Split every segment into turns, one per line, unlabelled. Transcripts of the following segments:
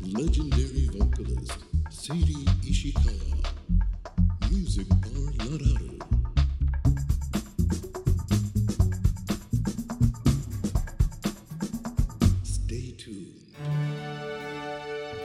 legendary vocalist Sadie Ishikawa. Music Bar Lararo.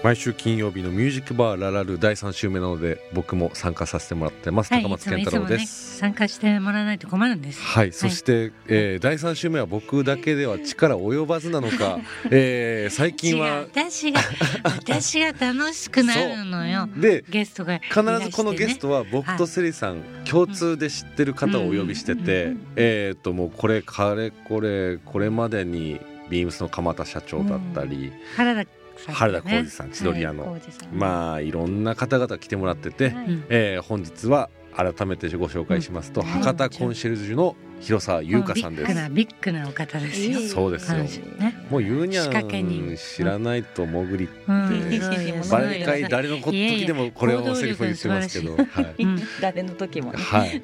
毎週金曜日のミュージックバーララル第3週目なので僕も参加させてもらってます、
はい、
高
い
松
つも
健
い
太
つ
郎
も
で
ね
す
参加してもらわないと困るんです
はい、そして、えー第3週目は僕だけで は力及ばずなのか、えー最
違
近は
う私が私が楽しくなる のよ
で
ゲストがいらして
必
ね、
ずこのゲストは僕とセリさん共通で知ってる方をお呼びして
う
て
ん
えっともうこれかれこれこれまでにビームスの鎌田社長だったり
原田さん、ね、
原田浩二さん千鳥屋の
はい浩二さん
まあいろんな方々来てもらってて
うん
えー本日は改めてご紹介しますと
うん
博多コンシェルジュの広沢優香さんで
ビッグな
す。
ビッグなお方ですよ
そうですよ
彼女ね
もうゆうにゃ
仕掛け人
ん知らないと潜り
うん
です
ごいよ
バレ会誰のこ
いやい
時
や
でもこれをセリフ言ってますけど。はい
うん
誰の時もね
はい。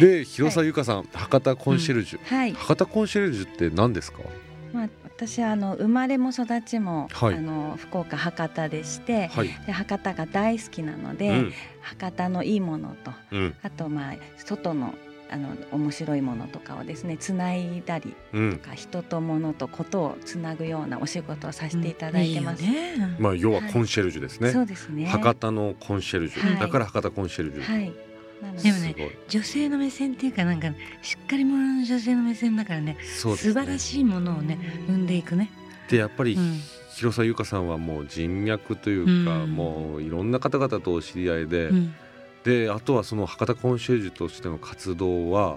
で、広沢優香さん、博多コンシェルジュ。
はい、
博多コンシェルジュって何ですか。
まあ、私はあの生まれも育ちも、
はい
あの福岡博多でして
はい。
で博多が大好きなので、
うん。
博多のいいものと
うん。
あとまあ外のあの面白いものとかをですねつないだり
うん。
とか人と物とことをつなぐようなお仕事をさせていただいてます。
いいよね
まあ、要はコンシェルジュですね。
そうですね。
博多のコンシェルジュ、
はい
だから博多コンシェルジュ。
はい。なの
でも
す
ね
ごい。
女性の目線っていうかなんかしっかり者の女性の目線だからね
そうです、ね。
素晴らしいものをね生んでいくね
で、やっぱり、
うん
広沢優香さんはもう人脈というか、
うん
もういろんな方々とお知り合いで。
うん
で、あとはその博多コンシェルジュとしての活動は。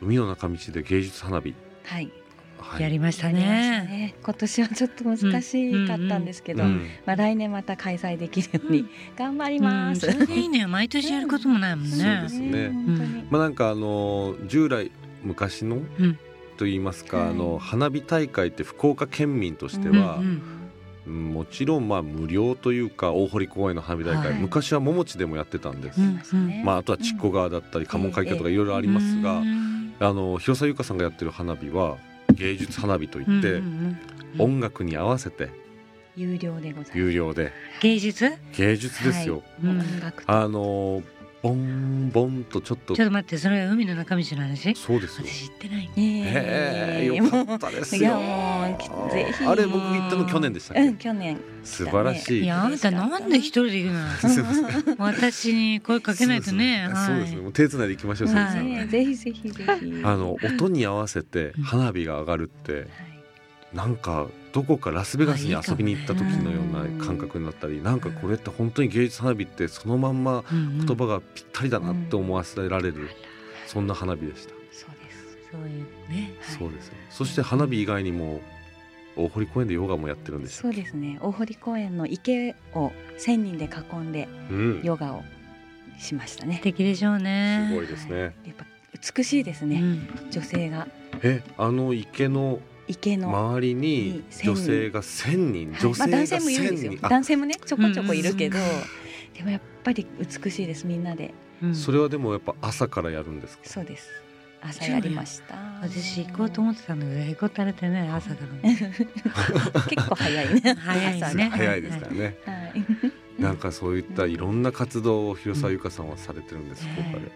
海の中道で芸術花火。
はい。
は
やりました
やりました
ね
ね。今年はちょっと難しかったんですけど、
うん
まあ来年また開催できるよう
う
に
ん
頑張り
う
ま
ん
す。
それでいいのよ毎年やることもないもん
そうで
ね
すね
本当に
う
まあ、なんかあの従来昔の、
うん
と言いますか、
はい
あの花火大会って福岡県民としては、
うん
うんもちろんまあ無料というか大堀公園の花火大会、
はい
昔は桃地でもやってたんです、
うん
まあ、あとは筑後川だったり関門海峡とかいろいろあ
あ
りますが、
うん
あの広沢優香さんがやってる花火は芸術花火とい
うん
って、
うんうん
音楽に合わせて
有料でございま
有料で
芸術
芸術ですよ。
う
す。
ん
音楽と
あのボンボンとちょっと
ちょっと待ってそれは海の中道の話
そうですよ。
私知ってないね
ええ
ええ
よかったですよ。
いやもうきぜひ
あれ僕行ったの去年でしたっ
う
け、
ん去年
素晴らしい。
いやあんたなんで一人で行くの
すいません
私に声かけないとねはい
そうですね。もう手繋いで行きましょう。
は
そ
い
うです
ね
ね
ぜひぜひぜひ。
あの音に合わせて
うん
花火が上がるってなんかどこかラスベガスに遊びに行った時のような感覚になったりなんかこれって本当に芸術花火ってそのまんま
うんうん
言葉がぴったりだなって思わせられるそんな花火でした、
そうです。
そういうね
そうですよそして花火以外にも大堀公園でヨガもやってるんです
そうですね。大堀公園の池を千人で囲んで
うん
ヨガをしましたね
素。敵でしょうね
すごいですね
やっぱ美しいです
う
ね。
ん
女性が
えあの池の
池の。
周りに女性が1000人
はい
女性
まあ
が
男性もいるんで
1000
すよ
人あ
男性もねちょこちょこいるけど、
うん
でもやっぱり美しいですみんなで
うん
それはでもやっぱ朝からやるんですか
そうです朝やりました
私行こうと思ってたんだけどへこたれてね朝 から
結構早 いね
早いね
朝
す早いですからね
はい
なんかそういったいろんな活動を広沢由香さんはされてるんです
うん
福岡
は
で
い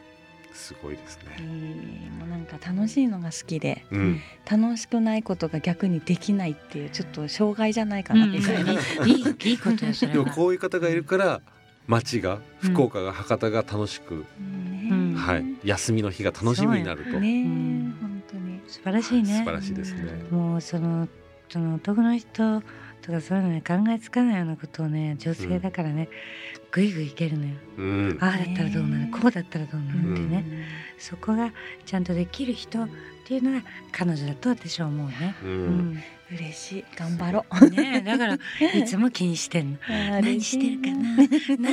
すごいです
え
ね
ーもうなんか楽しいのが好きで
うん
楽しくないことが逆にできないっていうちょっと障害じゃないかなみたいな、
うんいいいいことよそ
で
れ
も
は
こういう方がいるから町が
うん
福岡が博多が楽しく
うん
ね
はい休みの日が楽しみになると
ねえ
うん
本当に
素晴らしい
素
ね
晴らしいですね
もうそのその男の人とかそういうのね考えつかないようなことをね女性だからね、ぐいぐいいけるのよ
うん
ああだったらどうなる
ね
こうだったらどうなるってね、
うん
そこがちゃんとできる人っていうのが彼女だと私は思うね。
う
うんん、
嬉しい頑張 ろう
ねえだからいつも気にし てんの何してるかな何企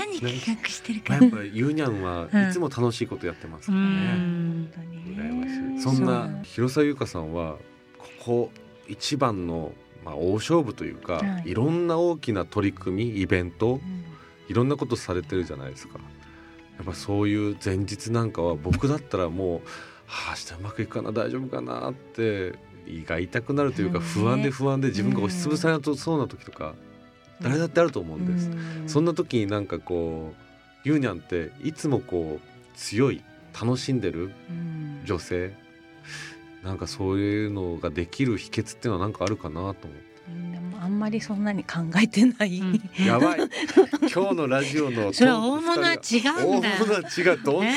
画してる
ま
か
あやっ
な
ぱゆうにゃんは
うん
いつも楽しいことやってますか
う
らね
ん
本当にね
羨ましい
そ
そ
うんな
な広沢優香さんはここ一番の、まあ、大勝負というか、、
はい
ろんな大きな取り組みイベント
うん
いろんなことされてるじゃないですかやっぱそういう前日なんかは僕だったらもう、 はあ、明日うまくいくかな大丈夫かなって胃が痛くなるというか
うんね
不安で不安で自分が押しつぶされそうな時とか誰だってあると思うんです、そんな時になんかこうゆうにゃんっていつもこう強い楽しんでる
うん
女性なんかそういうのができる秘訣っていうのはなんかあるかなと思って
でもあんまりそんなに考えてない、
うん
やばい今日のラジオの
それは大物は違うんだ
大物は違うどんどん
ね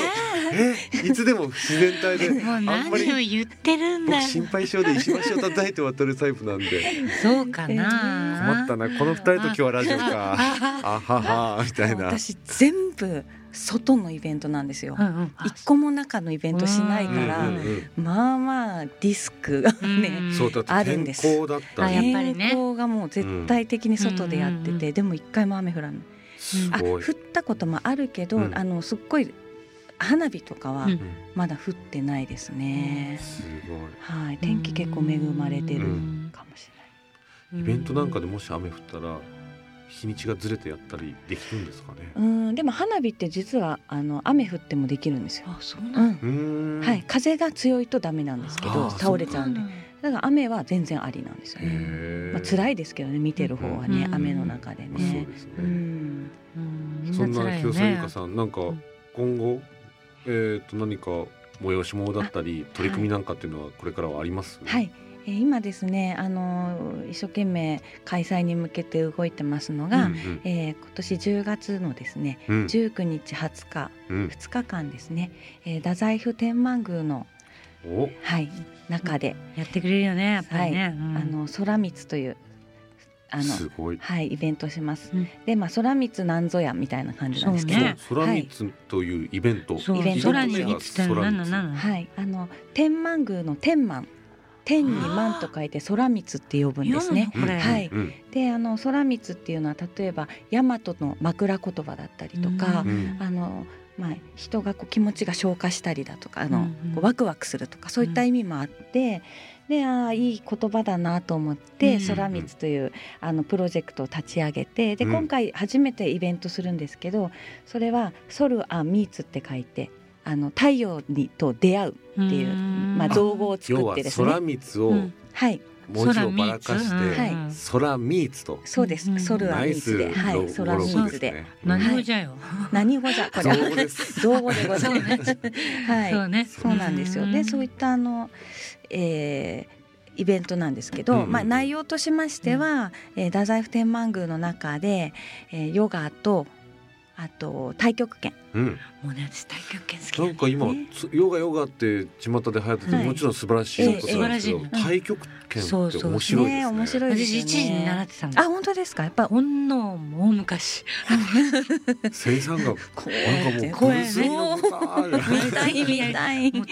えいつでも自然体
え
で
もう
あ
何
ん
を
まり
言ってるんだ
僕心配性で石橋を叩いて渡るタイプなんで
そうか な
困ったなこの二人と今日はラジオか
あ
あははみたいな
私全部外のイベントなんですよ
うんうんあ
一個も中のイベントしない
うん
か
う
ら
んうん
まあまあディスクがね
ん
そうだって
あるんです
天候だった
あやっ
ね
ぱりね
天候がもう絶対的に外でやって
うんうんうんう
てでも一回も雨降らない
す
あ降
ごい
ったこともあるけど
うん
あのすっごい花火とかは
うん
まだ降ってないですね
すごい
はい天気結構恵まれてる
うん
かもしれ
イベントなんかでもし雨降ったら日にちがずれてやったりできるんですかね。
ないうんでも花火って実はあの雨降ってもできるんですよ
あそうな
うんん
うーん
はい、。風が強いとダメなんですけ
あー
ど倒れちゃうんで
だ
だから雨は全然ありなんですよね、
へえ。
まあ、辛
い
いですけどね見てる方はね、
うん
雨の中で
まあそう
ね、
です
う
ね。
ん
うんみ
そん
んな辛
ない
よ
清瀬ゆか
ね
さんなんか
うん
今後えっと何か催し物だったり取り組みなんかっていうのはこれからはあります？
は。い、えー今ですねあのー一生懸命開催に向けて動いてますの
うん
が、えー今年10月のですね
うんうん
19日20日
うん。
2日間ですね、えー太宰府天満宮の、
お
はい、中で、
やってくれるよねやっぱりねうん
あの空光というあの
すごい。
はい、イベントします。
うん
で、まあ、空光なんぞやみたいな感じなんですけど。
ね
そう空光というイベント。
そう
イベント
空に満ちてるな
空
ん
光
ななんな
はい、あの天満宮の天満。天に満と書いて空光って呼ぶんですね。
読むのこれ
はい
うんうん
で、あの空光っていうのは例えば大和の枕言葉だったりとか、
うん
あのまあ人がこう気持ちが消化したりだとか、あの、
うんうん
こうワクワクするとかそういった意味もあって、で、ああいい言葉だなと思って、
うん
空光というあのプロジェクトを立ち上げて、で
うん
今回初めてイベントするんですけど、それはソルアミーツって書いて、あの太陽にと出会う。っていうまあ、造語を
要
作っ
は
てですね
空。光を
うん
はい、
文字をばらかし
空
は
て
い
うん
空光と。
そうで
うん
す。ソルア
ナイ
ミー
ス
ツで、はい、ソラミ
語
ー
録
ツで。。
何語じゃよ、
何語じゃ、これ
造語で。す
造語でございます。は い、
そうね
そうなんですよ。で、そういったあの、えーイベントなんですけど、
うん
まあ、内容としましては、えー太宰府天満宮の中で、えーヨガとあと太極拳
うん、
もうね私太極拳好き
なんか今、
ね
つヨガヨガって巷で流行ってて、
はい
もちろん素晴らしいことなんですけど、
ええ素晴らしい
太極拳って
そう
面
そう
白いですね。
ね面白いですよ
私
ね。
一時に習ってたんだ
あ本当ですかやっぱ
本能も大昔
生産 が
こ
なんかもう
声ね
分析の 豚
見たい見たい
もう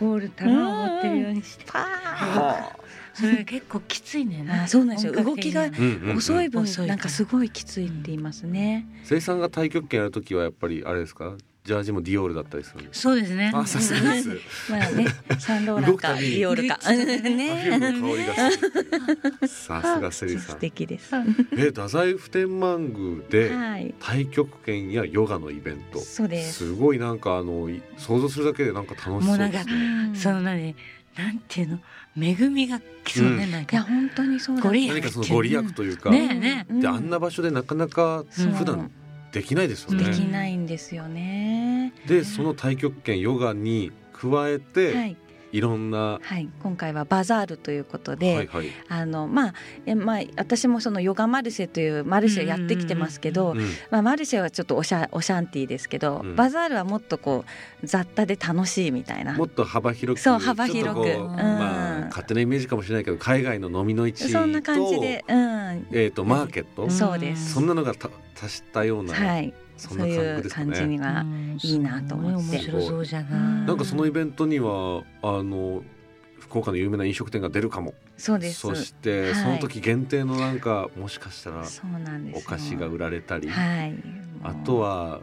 ボール球を持ってるようにして
パー
あ
それが結構きついね
あそうなんですよ動きが
ーうんうんうん
遅い分
遅いから
なんかすごいきついって言いますね。
生産が太極拳やるときはやっぱりあれですかジャージもディオールだったりするんです
そうですね
あさすがです
まあ ね、サンローランか
動くたびに
ディオールか
Perfume
ね。
の香りがするって いうさすがセリさ
素
んえ
敵です。
う
は
ん
太宰府天満宮で、
い。
太極拳やヨガのイベント
そうです。
すごいなんかあのい想像するだけでなんか楽し
も
そうう
なん
で
か
すね。
その何なんていうの恵みが来そうね、
うん
なん
いや
か
本当にそうだ
ご利益
何かそのご利益というか、
ねえね
うん
であんな場所でなかなか
そう
普段できないですよ
うん
ね。
できないんですよね。
でその太極拳ヨガに加えて、、
はいい
ろんな、
はい今回はバザールということで。
はいはい
あのまあえまあ、私もそのヨガマルシェというマルシェをやってきてますけど、
うん
まあ、マルシェはちょっとおしゃおシャンティーですけど、
うん
バザールはもっとこう雑多で楽しいみたいな
もっと幅広く
そう幅広く
ちょっとこう
うん
まあ、勝手なイメージかもしれないけど海外の飲みの市
そんな感じで、うん、
えー、とマーケット、
うん
そうです。
そんなのがた足したような、
はい、
そんな
そう
感
い
覚で
う
すかね。
感じには、いいなと思って
すごい面白そうじゃ
う
なん
なんかそのイベントにはあの福岡の有名な飲食店が出るかも
そうです。
そして、
はい
その時限定のなんかもしかしたら
そうなんですよ。
お菓子が売られたり、
はい。
あと、は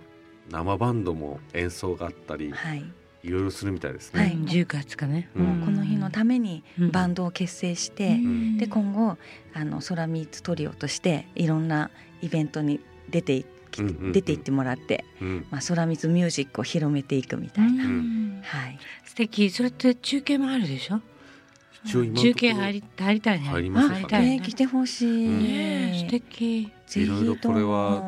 生バンドも演奏があったり
はい、
いろいろするみたいですね。
は
う
い
ん10月かね、
うん
この日のためにバン
ド
ドを結成して、で今後あのソラミーツトリオとしていろんなイベントに出ていき
うんうんうん
出ていってもらって、
うん
まあソラミーツミュージックを広めていくみた
う
いな。
ん
はい。
素敵それって中継もあるでしょ
一応今のところ
中継入り入りたいね。
入りますかね
入りたい
ね来てほしい、
うん
ねえ素敵。
ぜひとも
いろいろこれは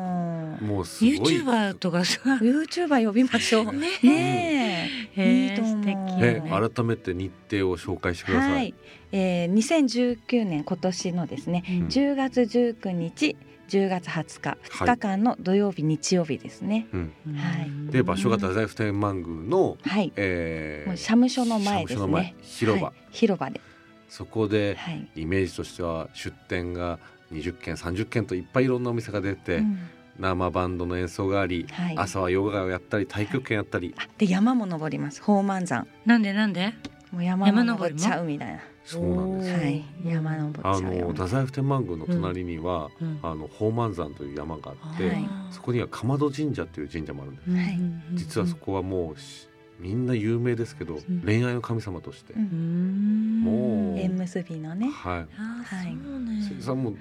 もうすごい
ユーチューバーとかさ。
ユーチューバー呼びましょう。
ね
ねえ、
へ
い
え
いと思
素
う。
敵
え
ねあ
改めて日程を紹介してくださ
はいい、、えー、2019年今年のですね、
うん
10月19日、10月20日、2日間の土曜日、日曜日ですね。
うん、
はい
で場所が太宰府天満宮の、
はい、
えー
もう社務所の前ですね
社務所の前広場、
はい広場で、
そこで
はい、
イメージとしては出店が20軒30軒といっぱいいろんなお店が出て、
うん
生バンドの演奏があり、
はい、
朝はヨガをやったり太極拳やったり、
あで山も登ります。宝満山、
なんでなんで。
もう山も登っちゃうみたいな。
そうなんです
おー
はい、山登っ
あ
ちゃう
の
よ。
太宰府天満宮の隣には、
うん
あの宝満山という山があって、
はい
そこには竈門神社という神社もあるんです
うん
はい
実はそこはもうしみんな有名ですけど、
ん
恋愛の神様として、
うん
うん
もう
縁結びのね。
はい
あー
はい
そうね
関さんも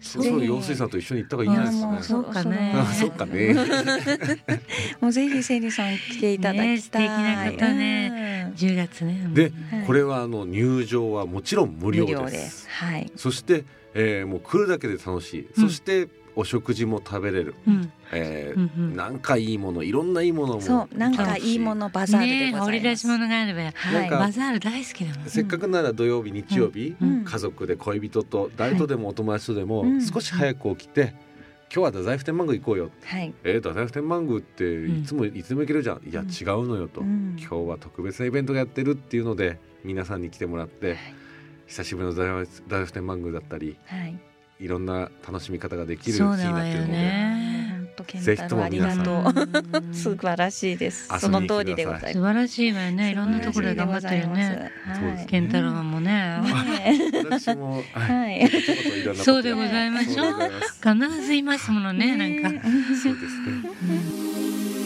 そろ
ぜ
そ
ひ
ろ陽水さんと一緒に行った方がいいん
や
じゃないですか
も
ね
そ
う
うかね
あそっかね。
もうぜひセリさん来ていただ
ねえ
き
素敵
た。
ない方ね10月ね
で
うん
はい
これはあの入場はもちろん無
無
料
料
で
ですす。はい。
そして、えーもう来るだけで楽しい、
うん
そしてお食事も食べれる、
うん
えー
うんうん
なんかいいものいろんないいものも
そう、なんかいいものバザールで
ねえ
ござ
掘り
いま
出
す。
し物があれば
は
なん
い。
か
バザール大好きだもん
せっかくなら土曜日日曜日、
うん
家族で恋人と誰とでもお友達とでも
うん
少し早く起きて、今日は太宰府天満宮行こうよ
はい。
えー、太宰府天満宮って
うん
いつも、いつでも行けるじゃんいや
うん
違うのよと、
うん
今日は特別なイベントがやってるっていうので皆さんに来てもらって、久しぶりの太宰府太宰府天満宮だったり
はい。
いろんな楽しみ方ができる日
そう
にな
だ
っ
わ
てる
よ
ので、
ねえ
ね
本当健
ぜひと
太郎
も
あり
皆
が
さん
とう。
うん
素晴らしいです。そ
遊び
の
に来てください
通りでござい
素
ま
晴らしいわよ
す。
ねいろんなところで頑張ってるよね
素晴らしいでございます。はい。
そう
健太郎もね
ね
私も、
え
はい
はい。
ちょっといろんなこと
そうでございましょう
そうでございます
必ずいますものねなんか
え。
そうですね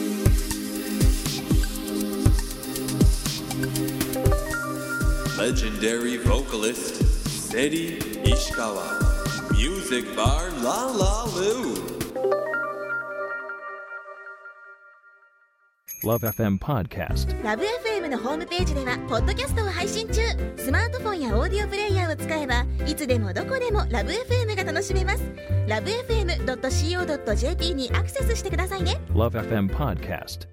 Legendary vocalist Seri Ishikawa. Music bar La La Lu.
Love FM Podcast.
ラブ f m のホームページではポッドキャストを配信中スマートフォンやオーディオプレイヤーを使えばいつでもどこでもラブ f m が楽しめますラブ FM.co.jp にアクセスしてくださいね
Love FM Podcast.